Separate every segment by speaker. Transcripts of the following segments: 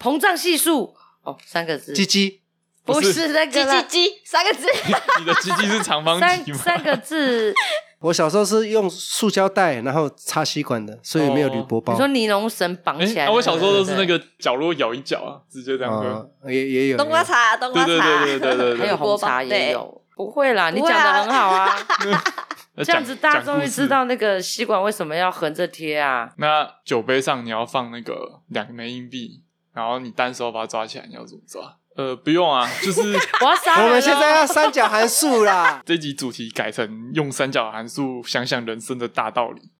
Speaker 1: 膨胀系数哦，三个字，
Speaker 2: 鸡鸡
Speaker 1: 不
Speaker 3: 不
Speaker 1: 是那
Speaker 4: 叽
Speaker 1: 个啦
Speaker 4: 叽叽三 个字，
Speaker 3: 你的鸡鸡是长方
Speaker 1: 三
Speaker 3: 体吗？
Speaker 1: 三个 字，
Speaker 2: 我小时候是用塑胶袋，然后插吸管的，所以没有铝箔包。
Speaker 1: 哦
Speaker 2: 啊
Speaker 1: 你说尼龙绳绑
Speaker 3: 哎
Speaker 1: 起来的、
Speaker 3: 啊我小时候都是那
Speaker 1: 对不对，
Speaker 3: 个角落咬一角啊，直接这样喝。
Speaker 2: 啊也也有
Speaker 4: 冬瓜
Speaker 2: 也有
Speaker 4: 茶，冬
Speaker 3: 对
Speaker 4: 瓜
Speaker 3: 对
Speaker 4: 茶，
Speaker 3: 对对对对
Speaker 1: 还有
Speaker 3: 对，
Speaker 1: 红茶也有。不会啦，你讲的很好 啊，这样子大家
Speaker 3: 家
Speaker 1: 终于知。道那个吸管为什么要横着贴啊。
Speaker 3: 那酒杯上你要放那个两枚硬币，然后你单手把它抓起来，你要怎么抓？呃，不用啊，就是。
Speaker 1: 我要杀人
Speaker 2: 我
Speaker 1: 了
Speaker 2: 们现在要三角函数 啦
Speaker 3: 这集主题改成用三角函数想想人生的大道理。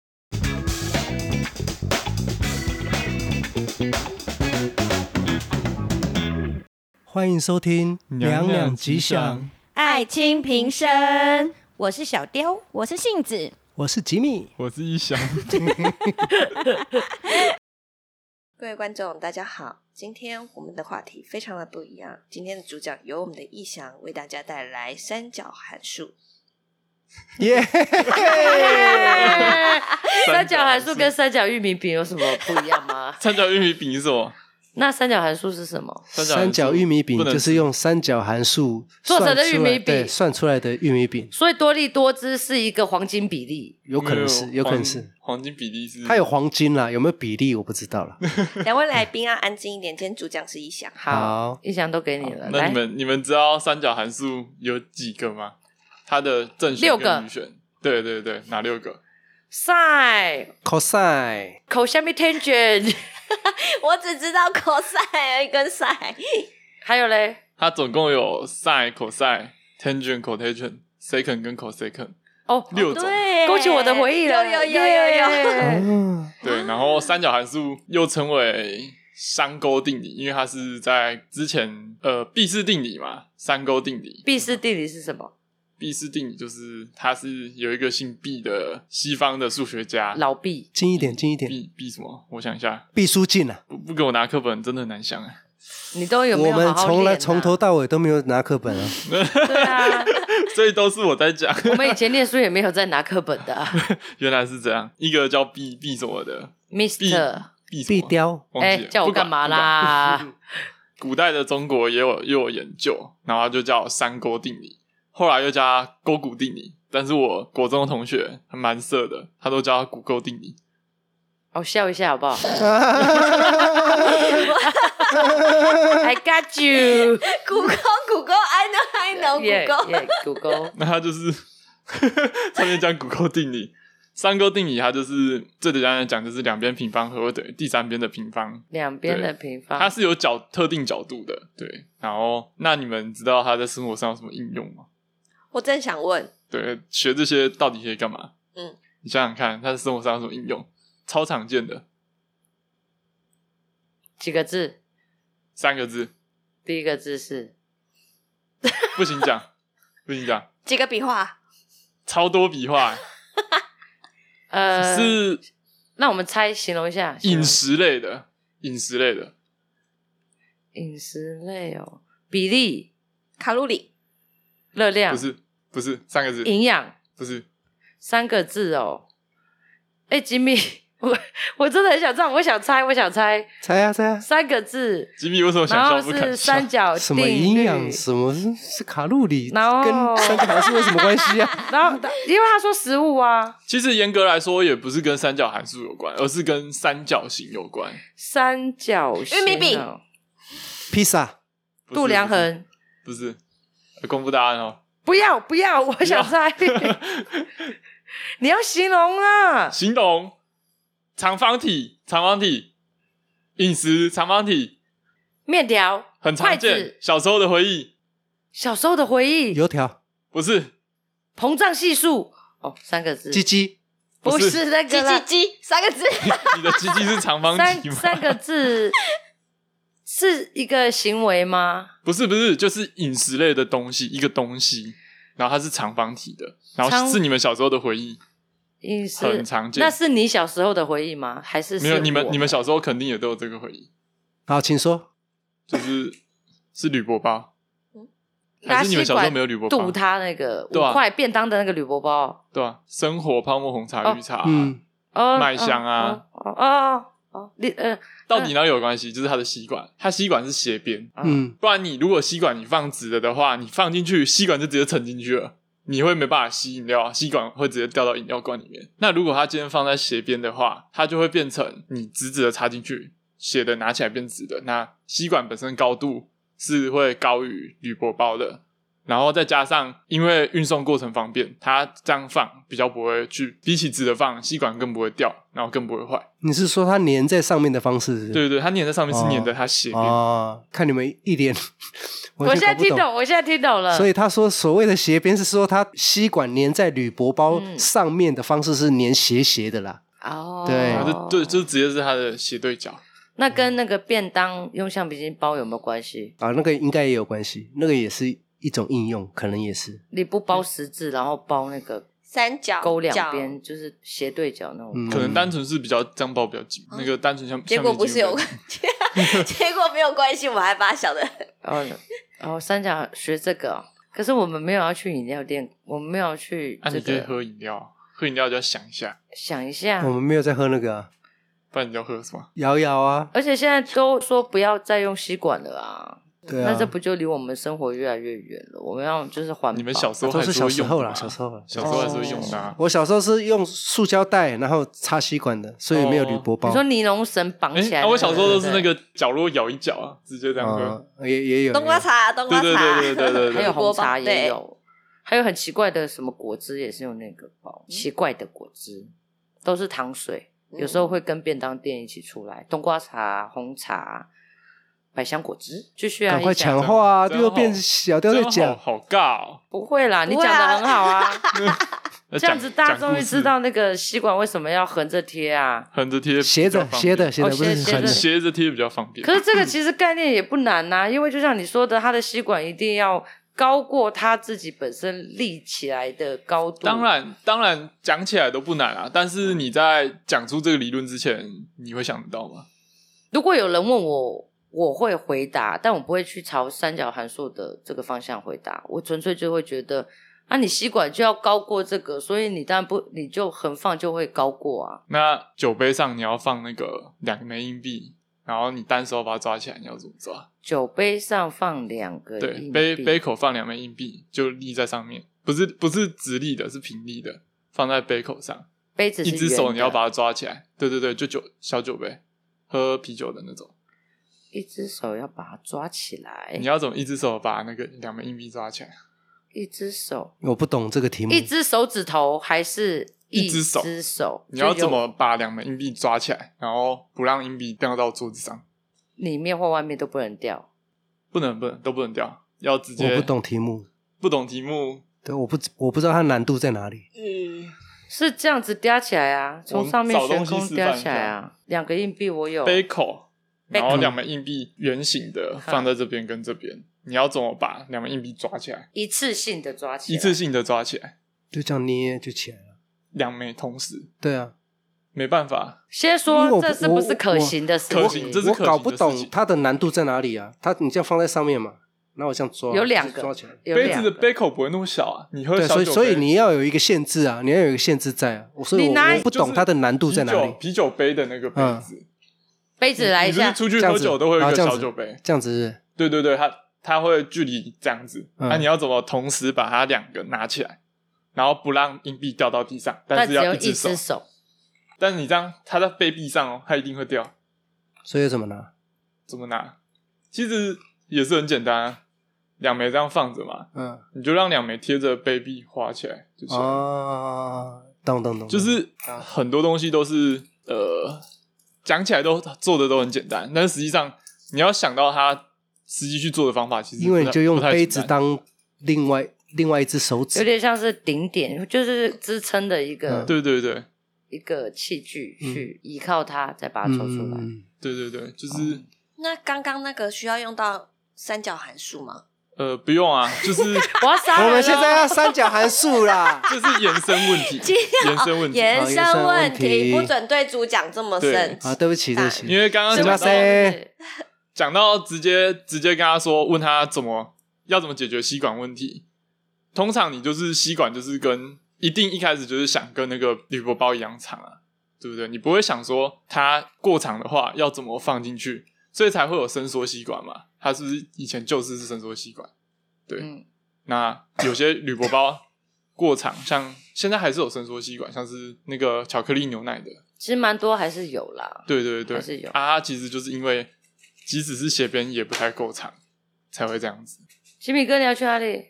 Speaker 2: 欢迎收听《娘娘吉祥》，
Speaker 4: 爱卿平生，我是小雕，我是杏子，
Speaker 2: 我是吉米。
Speaker 3: 我是一想，？
Speaker 5: 各位观众，大家好。今天我们的话题非常的不一样，今天的主角由我们的逸翔为大家带来三角函 数。
Speaker 2: 耶！
Speaker 1: 三角函数跟三角玉米饼有什么不一样吗
Speaker 3: 三角玉米饼是什么？
Speaker 1: 那三角函数是什么？
Speaker 3: 三角
Speaker 2: 三角玉米饼
Speaker 3: 不能
Speaker 2: 就是用三角函数
Speaker 1: 做成的
Speaker 2: 算出
Speaker 1: 玉米
Speaker 2: 来
Speaker 1: 饼
Speaker 2: 对算出来的玉米饼，
Speaker 1: 所以多利多汁是一个黄金比例。
Speaker 2: 有可能是，
Speaker 3: 没
Speaker 2: 有可能
Speaker 3: 黄
Speaker 2: 是。
Speaker 3: 黄金比例是
Speaker 2: 它有黄金啦，有没有比例我不知 道了。
Speaker 5: 两位来宾要啊安静一点，今天主讲是逸 翔。
Speaker 1: 好
Speaker 2: 好，
Speaker 1: 一箱都给你了，
Speaker 3: 那
Speaker 1: 来
Speaker 3: 你们你们知道三角函数有几个吗？它的正
Speaker 1: 六
Speaker 3: 弦
Speaker 1: 个
Speaker 3: 跟余弦，对对对，哪六个？
Speaker 1: 晒
Speaker 2: cosine
Speaker 1: 口下面 tangent，
Speaker 4: 我只知道 cos 跟 sin，
Speaker 1: 还有嘞，
Speaker 3: 它总共有 sin、cosine、tangent、cotangent、secant 跟 cosecant
Speaker 1: 哦，
Speaker 3: 六种。
Speaker 4: 对，
Speaker 1: 勾起我的回忆了，
Speaker 4: 有有有有有，
Speaker 1: 耶
Speaker 2: 嗯，
Speaker 3: 对，然后三角函数又称为山沟定理，因为它是在之前呃毕氏定理嘛，山沟定理。
Speaker 1: 毕氏定理是什么？
Speaker 3: 毕氏定理就是它是有一个姓毕的西方的数学家，
Speaker 1: 老毕，
Speaker 2: 近一点，近一点，
Speaker 3: 毕毕什么？我想一下，
Speaker 2: 毕书尽啊。
Speaker 3: 不不给我拿课本真的很难想哎。
Speaker 1: 你都有没
Speaker 2: 我
Speaker 1: 有好
Speaker 2: 们
Speaker 1: 好
Speaker 2: 从来
Speaker 1: 练啊
Speaker 2: 从头到尾都没有拿课本啊。
Speaker 1: 对啊，
Speaker 3: 所以都是我在讲。
Speaker 1: 我们以前念书也没有在拿课本 的啊
Speaker 3: 原来是这样，一个叫毕毕什么的，毕
Speaker 1: ，Mister，
Speaker 3: 毕什
Speaker 2: 壁
Speaker 3: 么
Speaker 2: 雕，
Speaker 3: 忘
Speaker 1: 哎
Speaker 3: 记了，
Speaker 1: 叫我
Speaker 3: 不管
Speaker 1: 干嘛？
Speaker 3: 不
Speaker 1: 啦
Speaker 3: 管？古代的中国也有也有研究，然后它就叫三沟定理，后来又加勾股定理。但是我国中的同学还蛮色的，他都叫它骨沟定理。
Speaker 1: 哦，笑一下好不 好？I got you，
Speaker 4: 谷歌谷歌 I know I know
Speaker 1: 耶
Speaker 4: 谷歌，
Speaker 1: 耶，狗狗，
Speaker 3: 那它就是 上面讲骨沟定理，三沟定理它就是最简单的讲就是两边平方和会等于第三边的平方
Speaker 1: 两边的平
Speaker 3: 它
Speaker 1: 方，
Speaker 3: 是有角特定角度的，对。然后，那你们知道它在生活上有什么应用吗？
Speaker 5: 我正想问，
Speaker 3: 对，学这些到底可以干嘛？
Speaker 5: 嗯，
Speaker 3: 你想想看，它在生活上有什么应用？超常见的
Speaker 1: 几个字？
Speaker 3: 三个字，
Speaker 1: 第一个字是
Speaker 3: 不行讲， 不行讲，
Speaker 5: 几个笔画？
Speaker 3: 超多笔画、
Speaker 1: 呃，
Speaker 3: 是
Speaker 1: 那我们猜形容一下，形容
Speaker 3: 饮食类的，饮食类的，
Speaker 1: 饮食类哦，比例、
Speaker 5: 卡路里？
Speaker 1: 热量
Speaker 3: 不是不是三个字，
Speaker 1: 营养
Speaker 3: 不是
Speaker 1: 三个字哦。哎，吉米，我我真的很想知道，我想猜，我想猜
Speaker 2: 猜啊猜啊，
Speaker 1: 三个字，
Speaker 3: 吉米为什么想
Speaker 1: 然后
Speaker 3: 笑不
Speaker 1: 是
Speaker 3: 肯
Speaker 1: 三
Speaker 3: 笑？
Speaker 1: 角
Speaker 2: 什
Speaker 1: 定
Speaker 2: 么
Speaker 1: 律，
Speaker 2: 营养，什么是是卡路里，
Speaker 1: 然后
Speaker 2: 跟三角函数有什么关系 啊？
Speaker 1: 然后因为他说食物啊，
Speaker 3: 其实严格来说，也不是跟三角函数有关，而是跟三角形有关。
Speaker 1: 三角
Speaker 4: 玉米
Speaker 1: 形
Speaker 4: 饼
Speaker 1: 哦、
Speaker 2: 披萨，
Speaker 3: 不是
Speaker 1: 度量，衡，
Speaker 3: 不是，不是公布答案哦。
Speaker 1: 不要不要，我想 猜，你要形容啊，
Speaker 3: 形容长方体，长方体，饮食长方体
Speaker 1: 面条，
Speaker 3: 很
Speaker 1: 筷
Speaker 3: 常
Speaker 1: 子
Speaker 3: 见。，小时候的回忆
Speaker 1: 小时候的回忆，
Speaker 2: 油条，
Speaker 3: 不是
Speaker 1: 膨胀系数哦，三个字，
Speaker 2: 鸡鸡，
Speaker 1: 不
Speaker 3: 不是
Speaker 1: 是那
Speaker 4: 叽
Speaker 1: 个啦
Speaker 4: 叽叽三个字，
Speaker 3: 你的鸡鸡是长方
Speaker 1: 三
Speaker 3: 体吗？
Speaker 1: 三个 字是一个行为吗？
Speaker 3: 不是不是，就是饮食类的东西，一个东西，然后它是长方体的，然
Speaker 1: 长
Speaker 3: 后是你们小时候的回忆，
Speaker 1: 饮食
Speaker 3: 很常见
Speaker 1: 那是你小时候的回忆吗？还是是
Speaker 3: 没有
Speaker 1: 我
Speaker 3: 你们你们小时候肯定也都有这个回忆，
Speaker 2: 好，请说。
Speaker 3: 就是 是铝箔包，
Speaker 1: 拿
Speaker 3: 还是你
Speaker 1: 吸
Speaker 3: 们小时候
Speaker 1: 管
Speaker 3: 没有铝箔包
Speaker 1: 堵？他那个
Speaker 3: 对啊
Speaker 1: 五块便当的那个铝箔包
Speaker 3: 对啊，生活泡沫红茶、
Speaker 1: 哦
Speaker 3: 绿茶、
Speaker 2: 嗯，
Speaker 1: 哦，
Speaker 3: 麦香啊
Speaker 1: 哦哦哦哦，哦，你呃，
Speaker 3: 到底哪里有关系？就是它的吸管，它吸管是斜边，
Speaker 2: 嗯，
Speaker 3: 不然你如果吸管你放直了的话，你放进去吸管就直接沉进去了，你会没办法吸饮料，吸管会直接掉到饮料罐里面。那如果它今天放在斜边的话，它就会变成你直直的插进去，斜的拿起来变直的。那吸管本身高度是会高于铝箔包的。然后再加上，因为运送过程方便，它这样放比较不会去，比起直的放，吸管更不会掉，然后更不会坏。
Speaker 2: 你是说它粘在上面的方式是不是？
Speaker 3: 对对对，它粘在上面是粘在它斜边，
Speaker 2: 哦，看你们一脸，
Speaker 1: 我
Speaker 2: 完
Speaker 1: 现
Speaker 2: 全
Speaker 1: 在
Speaker 2: 搞不
Speaker 1: 听懂，我现在听懂了。
Speaker 2: 所
Speaker 1: 以
Speaker 2: 以他说所谓的斜边是说它吸管粘在铝箔包
Speaker 1: 嗯
Speaker 2: 上面的方式是粘斜斜的啦。
Speaker 1: 哦，
Speaker 2: 对
Speaker 3: 然后就对，就直接是它的斜对角。
Speaker 1: 那跟那个便当用橡皮筋包有没有关系？
Speaker 2: 啊，那个应该也有关系，那个也是一种应用，可能也是。
Speaker 1: 你不
Speaker 3: 嗯
Speaker 1: 包十字，然后包那个
Speaker 5: 三角
Speaker 1: 勾两
Speaker 5: 角，
Speaker 1: 边，就是斜对角那种。
Speaker 2: 嗯
Speaker 3: 可能单纯是比较这样包比较
Speaker 1: 嗯
Speaker 3: 紧，那个单纯像
Speaker 5: 结果不是有，
Speaker 3: 像
Speaker 5: 结果没有关系，我还把它想的
Speaker 1: 然后，然后哦三角学这个哦、可是我们没有要去饮料店，我们没有去
Speaker 3: 那、啊、
Speaker 1: 这
Speaker 3: 你可以
Speaker 1: 个。
Speaker 3: 喝饮料啊，喝饮料就要想一下，
Speaker 1: 想一下
Speaker 2: 我，们没有在喝那个啊，
Speaker 3: 不然你要喝什么？
Speaker 2: 摇摇啊，
Speaker 1: 而且现在都说不要再用吸管了啊，
Speaker 2: 对啊，
Speaker 1: 那这不就离我们生活越来越远了？我们要就是环保。
Speaker 3: 你们小时候
Speaker 2: 哦都
Speaker 3: 还
Speaker 2: 是
Speaker 3: 是
Speaker 2: 小
Speaker 3: 会
Speaker 2: 时
Speaker 3: 用
Speaker 2: 候
Speaker 3: 的
Speaker 2: 啦，
Speaker 3: 嘛
Speaker 2: 小时候啦。
Speaker 3: 小时候还是会用的、啊。
Speaker 2: 我小时候是用塑胶袋，然后插吸管的，所以没有铝箔包。
Speaker 1: 哦你说尼龙绳绑
Speaker 3: 哎、
Speaker 1: 哦起来、
Speaker 3: 啊我小时候都是那
Speaker 1: 对不对，
Speaker 3: 个角落咬一角啊，直接这样喝。
Speaker 2: 嗯也也有
Speaker 5: 冬瓜
Speaker 2: 也有
Speaker 5: 茶，冬瓜
Speaker 3: 对
Speaker 5: 茶，
Speaker 3: 对对对对对
Speaker 1: 还有红茶
Speaker 5: 对
Speaker 1: 也有，还有很奇怪的什么果汁也是用那个包，奇怪的果汁都是糖水，
Speaker 5: 嗯
Speaker 1: 有时候会跟便当店一起出来，冬瓜茶、红茶、百香果汁，继续啊，
Speaker 2: 赶快
Speaker 1: 你讲
Speaker 2: 抢话啊！
Speaker 3: 真
Speaker 2: 又
Speaker 3: 好
Speaker 2: 变小雕在
Speaker 3: 真
Speaker 2: 讲，
Speaker 3: 好好尬哦。
Speaker 1: 不会啦，你
Speaker 5: 不
Speaker 1: 讲
Speaker 5: 会啊
Speaker 1: 的很好 啊，
Speaker 3: 那
Speaker 1: 这样
Speaker 3: 讲
Speaker 1: 子大家
Speaker 3: 讲
Speaker 1: 终
Speaker 3: 故
Speaker 1: 于
Speaker 3: 事
Speaker 1: 知道那个吸管为什么要横着贴啊。
Speaker 3: 横着贴比较
Speaker 2: 斜着
Speaker 3: 方便
Speaker 2: 斜的，斜的不是
Speaker 1: 哦斜
Speaker 2: 横
Speaker 1: 着
Speaker 2: 的，
Speaker 3: 斜着贴比较方便。
Speaker 1: 可是这个其实概念也不难呐、因为就像你说的，它的吸管一定要高过它自己本身立起来的高度。
Speaker 3: 当，然，当然讲起来都不难啊，但是你在讲出这个理论之前，你会想得到吗？
Speaker 1: 如果有人问我，我会回答，但我不会去朝三角函数的这个方向回答。我纯粹就会觉得，啊，你吸管就要高过这个，所以你当然不，你就横放就会高过啊。
Speaker 3: 那酒杯上你要放那个两枚硬币，然后你单手把它抓起来，你要怎么抓？
Speaker 1: 酒杯上放两个
Speaker 3: 对，
Speaker 1: 硬
Speaker 3: 杯
Speaker 1: 币
Speaker 3: 杯口放两枚硬币，就立在上面，不是不是直立的，是平立的，放在杯口上，
Speaker 1: 杯子
Speaker 3: 一
Speaker 1: 是
Speaker 3: 只
Speaker 1: 圆
Speaker 3: 手
Speaker 1: 的
Speaker 3: 你要把它抓起来。对对对，就酒小酒杯，喝啤酒的那种，
Speaker 1: 一只手要把它抓起来
Speaker 3: 你，要怎么一只手把那个两枚硬币抓起来？
Speaker 1: 一只手，
Speaker 2: 我不懂这个题目。
Speaker 1: 一只手指头还是
Speaker 3: 嗯一只手
Speaker 1: 只手
Speaker 3: 你要
Speaker 1: 就有
Speaker 3: 怎么把两枚硬币抓起来，然后不让硬币掉到桌子上？
Speaker 1: 里面或外面都不能掉。
Speaker 3: 不能不能都不能掉，要直接
Speaker 2: 我不懂题目，
Speaker 3: 不懂题目，
Speaker 2: 对，我不我不知道它难度在哪里。
Speaker 5: 嗯，
Speaker 1: 是这样子嗲起来啊，从
Speaker 3: 我们
Speaker 1: 上面
Speaker 3: 找
Speaker 1: 悬
Speaker 3: 东西
Speaker 1: 空
Speaker 3: 示
Speaker 1: 嗲
Speaker 3: 范一
Speaker 1: 起来啊。两个硬币我有，
Speaker 3: 杯口，然后
Speaker 1: 杯口
Speaker 3: 两枚硬币圆形的
Speaker 1: 嗯
Speaker 3: 放在这边跟这边，你要怎么把两枚硬币抓起来？
Speaker 1: 一次性的抓起来，
Speaker 3: 一次性的抓起来，
Speaker 2: 就这样捏就起来了。
Speaker 3: 两枚同时，
Speaker 2: 对啊，
Speaker 3: 没办法，
Speaker 1: 先
Speaker 2: 因为
Speaker 1: 说
Speaker 2: 我
Speaker 1: 这是不是可行的事情？
Speaker 3: 我可行这是
Speaker 2: 我
Speaker 3: 可行的
Speaker 2: 搞不
Speaker 3: 事情
Speaker 2: 懂它的难度在哪里啊？它你这样放在上面嘛，那我这样抓，
Speaker 1: 有两
Speaker 2: 就
Speaker 1: 个
Speaker 2: 抓起来。
Speaker 1: 有
Speaker 3: 杯子
Speaker 1: 两
Speaker 3: 的
Speaker 1: 个。
Speaker 3: 杯口不会那么小啊，你喝
Speaker 2: 对，
Speaker 3: 小
Speaker 2: 所以
Speaker 3: 酒
Speaker 2: 所以
Speaker 3: 杯。
Speaker 2: 你要有一个限制啊，你要有一个限制在啊。我所以我
Speaker 1: 你拿
Speaker 2: 我不
Speaker 3: 就是
Speaker 2: 懂它的难度在哪
Speaker 3: 啤
Speaker 2: 里
Speaker 3: 酒。啤酒杯的那个杯子，
Speaker 1: 杯子来一
Speaker 3: 你不是
Speaker 1: 下，
Speaker 3: 出去
Speaker 2: 这样
Speaker 3: 喝
Speaker 2: 子
Speaker 3: 酒都会有
Speaker 2: 然
Speaker 3: 一
Speaker 2: 后
Speaker 3: 个
Speaker 2: 这样
Speaker 3: 小
Speaker 2: 子
Speaker 3: 酒杯，
Speaker 2: 这样子是
Speaker 3: 对对对，它它会距离这样子，那、
Speaker 2: 嗯
Speaker 3: 你要怎么同时把它两个拿起来，然后不让硬币掉到地上，但
Speaker 1: 但只
Speaker 3: 是要
Speaker 1: 有
Speaker 3: 只
Speaker 1: 只手，
Speaker 3: 但是你这样，它在杯壁上哦，它一定会掉。
Speaker 2: 所以怎么拿？
Speaker 3: 怎么拿？其实也是很简单、啊，两枚这样放着嘛，
Speaker 2: 嗯
Speaker 3: 你就让两枚贴着杯壁滑起来就行
Speaker 2: 哦
Speaker 3: 了。
Speaker 2: 啊，嗯懂懂懂，
Speaker 3: 就是
Speaker 2: 啊
Speaker 3: 很多东西都是呃，讲起来都做的都很简单，但是实际上你要想到它实际去做的方法，其实
Speaker 2: 因为你就用
Speaker 3: 不太
Speaker 2: 杯子
Speaker 3: 不太简单
Speaker 2: 当另外另外一只手
Speaker 1: 有
Speaker 2: 指。
Speaker 1: 点像是顶点，就是支撑的一个、
Speaker 2: 嗯
Speaker 3: 对嗯对对
Speaker 1: 一个器具，去依靠它，再把它抽出来。
Speaker 2: 嗯，
Speaker 3: 对对对，就是、
Speaker 5: 那刚刚那个需要用到三角函数吗？
Speaker 2: 哦
Speaker 3: 呃不用啊，就是。
Speaker 1: 我要杀人
Speaker 2: 我
Speaker 1: 了
Speaker 2: 们现在要三角函数啦
Speaker 3: 就是延伸问题，延伸问题，
Speaker 5: 延伸问
Speaker 2: 延伸问题
Speaker 5: 题，不准对主讲这么深
Speaker 3: 对。
Speaker 2: 啊，对不起，对不起，
Speaker 3: 因为刚刚
Speaker 1: 是
Speaker 3: 讲
Speaker 1: 吧
Speaker 2: 什么
Speaker 3: 到
Speaker 2: 塞
Speaker 3: 讲到直接直接跟他说，问他怎么要怎么解决吸管问题。通常你就是吸管就是跟一定一开始就是想跟那个铝箔包一样长啊，对不对？你不会想说它过长的话要怎么放进去，所以才会有伸缩吸管嘛。它是不是以前旧式是伸缩吸管？对，
Speaker 1: 嗯
Speaker 3: 那有些铝箔包过长，像现在还是有伸缩吸管，像是那个巧克力牛奶的，
Speaker 1: 其实蛮多还是有啦。
Speaker 3: 对对对，
Speaker 1: 还是有
Speaker 3: 啊，其实就是因为即使是斜边也不太够长，才会这样子。
Speaker 1: 吉米哥，你要去哪里？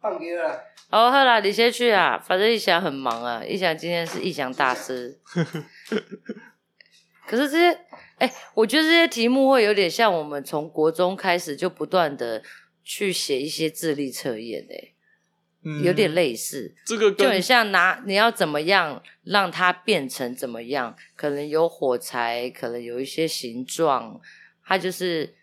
Speaker 2: 放给了。
Speaker 1: 哦，好啦，你先去啊，反正逸翔很忙啊。逸翔今天是逸翔大 师。可是这些，哎、我觉得这些题目会有点像我们从国中开始就不断的去写一些智力测验、欸，
Speaker 3: 嗯
Speaker 1: 有点，类似，
Speaker 3: 这个
Speaker 1: 就
Speaker 3: 跟
Speaker 1: 很像拿你要怎么样让它变成怎么样，可能有火柴，可能有一些形状，它就是。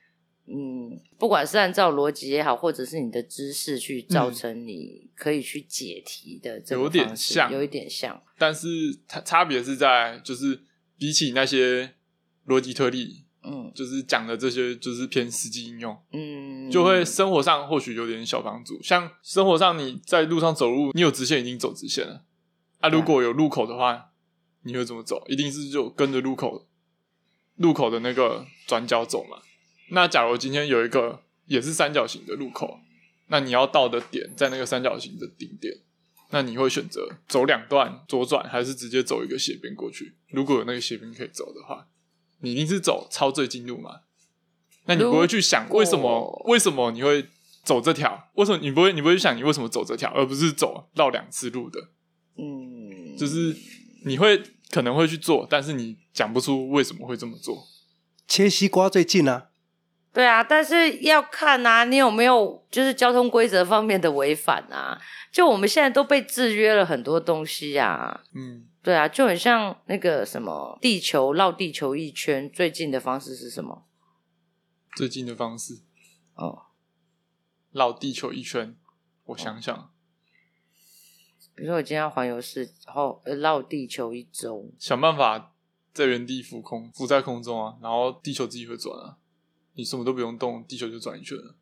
Speaker 1: 嗯，不管是按照逻辑也好，或者是你的知识去造成你可以去解题的这个
Speaker 3: 嗯有点
Speaker 1: 方式
Speaker 3: 像
Speaker 1: 有一点像，
Speaker 3: 但是它差别是在就是比起那些逻辑推理，
Speaker 1: 嗯
Speaker 3: 就是讲的这些就是偏实际应用，
Speaker 1: 嗯，
Speaker 3: 就会生活上或许有点小帮助。像生活上你在路上走路，你有直线已经走直线了啊，如果有路口的话，你会怎么走？一定是就跟着路口路口的那个转角走嘛。那假如今天有一个也是三角形的路口，那你要到的点在那个三角形的顶点，那你会选择走两段左转，还是直接走一个斜边过去？如果有那个斜边可以走的话，你一定是走超最近路嘛？那你不会去想
Speaker 1: 如果
Speaker 3: 为什么为什么你会走这条？为什么你不会你不会去想你为什么走这条，而不是走绕两次路的？
Speaker 1: 嗯，
Speaker 3: 就是你会可能会去做，但是你讲不出为什么会这么做。
Speaker 2: 切西瓜最近啊，
Speaker 1: 对啊，但是要看啊，你有没有就是交通规则方面的违反啊？就我们现在都被制约了很多东西啊。
Speaker 3: 嗯，
Speaker 1: 对啊，就很像那个什么地球绕地球一圈，最近的方式是什么？
Speaker 3: 最近的方式
Speaker 1: 哦，
Speaker 3: 绕地球一圈，我想想，
Speaker 1: 比如说我今天要环游世，然后呃绕地球一周，
Speaker 3: 想办法在原地浮空，浮在空中啊，然后地球自己会转啊，你什么都不用动，地球就转一圈了。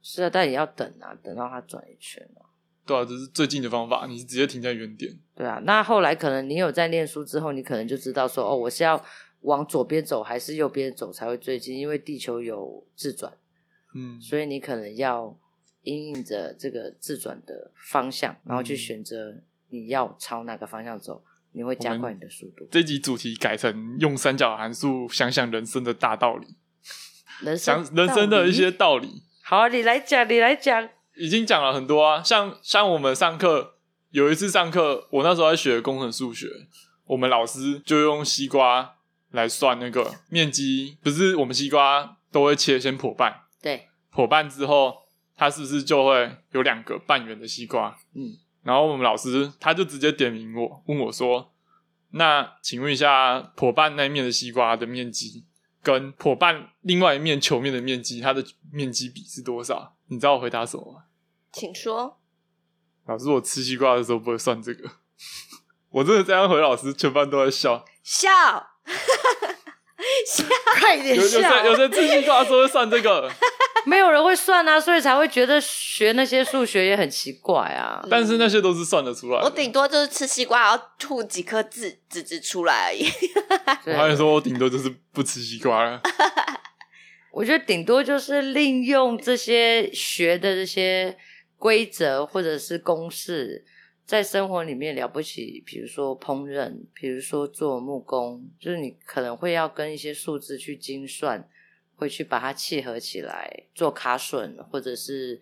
Speaker 1: 是啊，但也要等啊，等到它转一圈啊。
Speaker 3: 对啊，这是最近的方法，你是直接停在原点。
Speaker 1: 对啊，那后来可能你有在念书之后，你可能就知道说，哦，我是要往左边走还是右边走才会最近，因为地球有自转。
Speaker 3: 嗯，
Speaker 1: 所以你可能要因应着这个自转的方向，然
Speaker 3: 嗯
Speaker 1: 后去选择你要朝哪个方向走，你会加快你的速度。
Speaker 3: 这集主题改成用三角函数想想人生的大道理，
Speaker 1: 人
Speaker 3: 想
Speaker 1: 生
Speaker 3: 人生的一些
Speaker 1: 道理
Speaker 3: 道理。
Speaker 1: 好啊，你来讲，你来讲。
Speaker 3: 已经讲了很多啊，像像我们上课有一次上课，我那时候在学工程数学，我们老师就用西瓜来算那个面积，不是我们西瓜都会切先剖半，
Speaker 1: 对，
Speaker 3: 剖半之后它是不是就会有两个半圆的西瓜？
Speaker 1: 嗯，
Speaker 3: 然后我们老师他就直接点名我，问我说：“那请问一下，剖半那一面的西瓜的面积跟剖半另外一面球面的面积，它的面积比是多少？”你知道我回答什么吗？
Speaker 5: 请说。
Speaker 3: 老师，我吃西瓜的时候不会算这个。 我真的这样回老师，全班都在笑。
Speaker 5: 笑，笑，
Speaker 1: 快点
Speaker 3: 有有
Speaker 1: 笑
Speaker 3: 谁，有谁吃西瓜的时候会算这个？
Speaker 1: 没有人会算啊，所以才会觉得学那些数学也很奇怪啊。
Speaker 3: 但是那些都是算得出来的。
Speaker 5: 我顶多就是吃西瓜，然后吐几颗籽籽籽出来而已。
Speaker 3: 我
Speaker 1: 对
Speaker 3: 还想说，我顶多就是不吃西瓜了。
Speaker 1: 我觉得顶多就是利用这些学的这些规则或者是公式，在生活里面了不起，比如说烹饪，比如说做木工，就是你可能会要跟一些数字去精算，会去把它契合起来做卡榫，或者是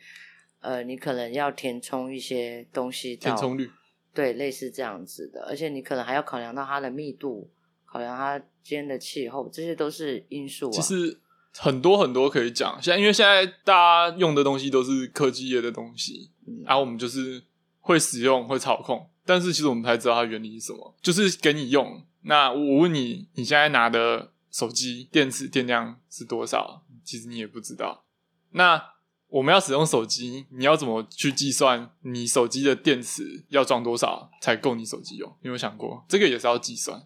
Speaker 1: 呃，你可能要填充一些东西到
Speaker 3: 填充率，
Speaker 1: 对，类似这样子的，而且你可能还要考量到它的密度，考量它今天的气候，这些都是因素、啊。
Speaker 3: 其实很多很多可以讲。现在因为现在大家用的东西都是科技业的东西，
Speaker 1: 嗯
Speaker 3: 啊然后我们就是会使用、会操控，但是其实我们才知道它原理是什么，就是给你用。那我问你，你现在拿的手机电池电量是多少？其实你也不知道。那我们要使用手机，你要怎么去计算你手机的电池要装多少才够你手机用？你有没有想过，这个也是要计算？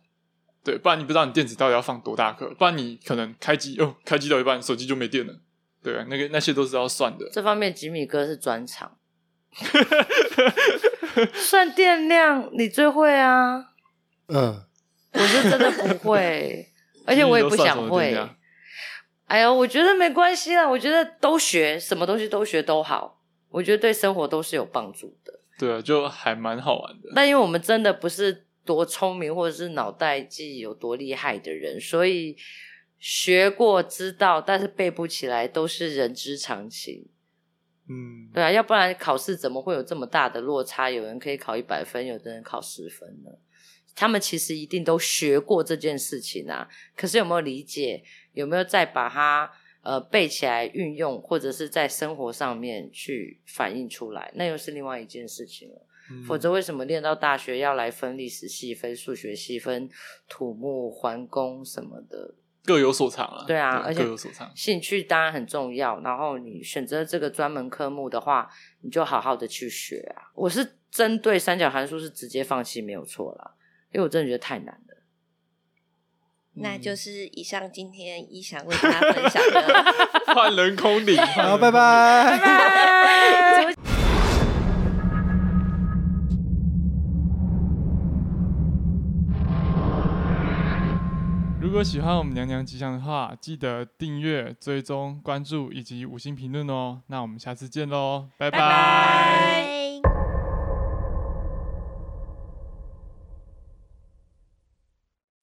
Speaker 3: 对，不然你不知道你电池到底要放多大颗，不然你可能开机哦，开机到一半手机就没电了。对啊，那个那些都是要算的。
Speaker 1: 这方面吉米哥是专 长，算电量你最会啊。
Speaker 2: 嗯，
Speaker 1: 我是真的不 会，而且我也不想
Speaker 3: 你都算什么经
Speaker 1: 会
Speaker 3: 验啊。
Speaker 1: 哎呀，我觉得没关系啦，我觉得都学，什么东西都学都好，我觉得对生活都是有帮助的。
Speaker 3: 对啊，就还蛮好玩的。
Speaker 1: 但因为我们真的不是多聪明或者是脑袋记忆有多厉害的人，所以学过知道，但是背不起来都是人之常情。
Speaker 3: 嗯，
Speaker 1: 对啊，要不然考试怎么会有这么大的落差？有人可以考一百分，有的人考十分呢？他们其实一定都学过这件事情啊，可是有没有理解？有没有再把它呃背起来运用，或者是在生活上面去反映出来？那又是另外一件事情了。
Speaker 3: 嗯
Speaker 1: 否则为什么练到大学要来分历史系、分数学系、分土木、环工什么的？
Speaker 3: 各有所长啊。
Speaker 1: 对啊而且
Speaker 3: 各有所长。
Speaker 1: 兴趣当然很重要，然后你选择这个专门科目的话，你就好好的去学啊。我是针对三角函数是直接放弃没有错啦，因为我真的觉得太难了。
Speaker 5: 那
Speaker 3: 嗯
Speaker 5: 就是以上今天一翔为大家分享 的
Speaker 3: 换人空领，
Speaker 2: 好，拜。拜。
Speaker 3: 如果喜欢我们娘娘吉祥的话，记得订阅、追踪、关注以及五星评论哦。那我们下次见喽，拜
Speaker 4: 拜拜。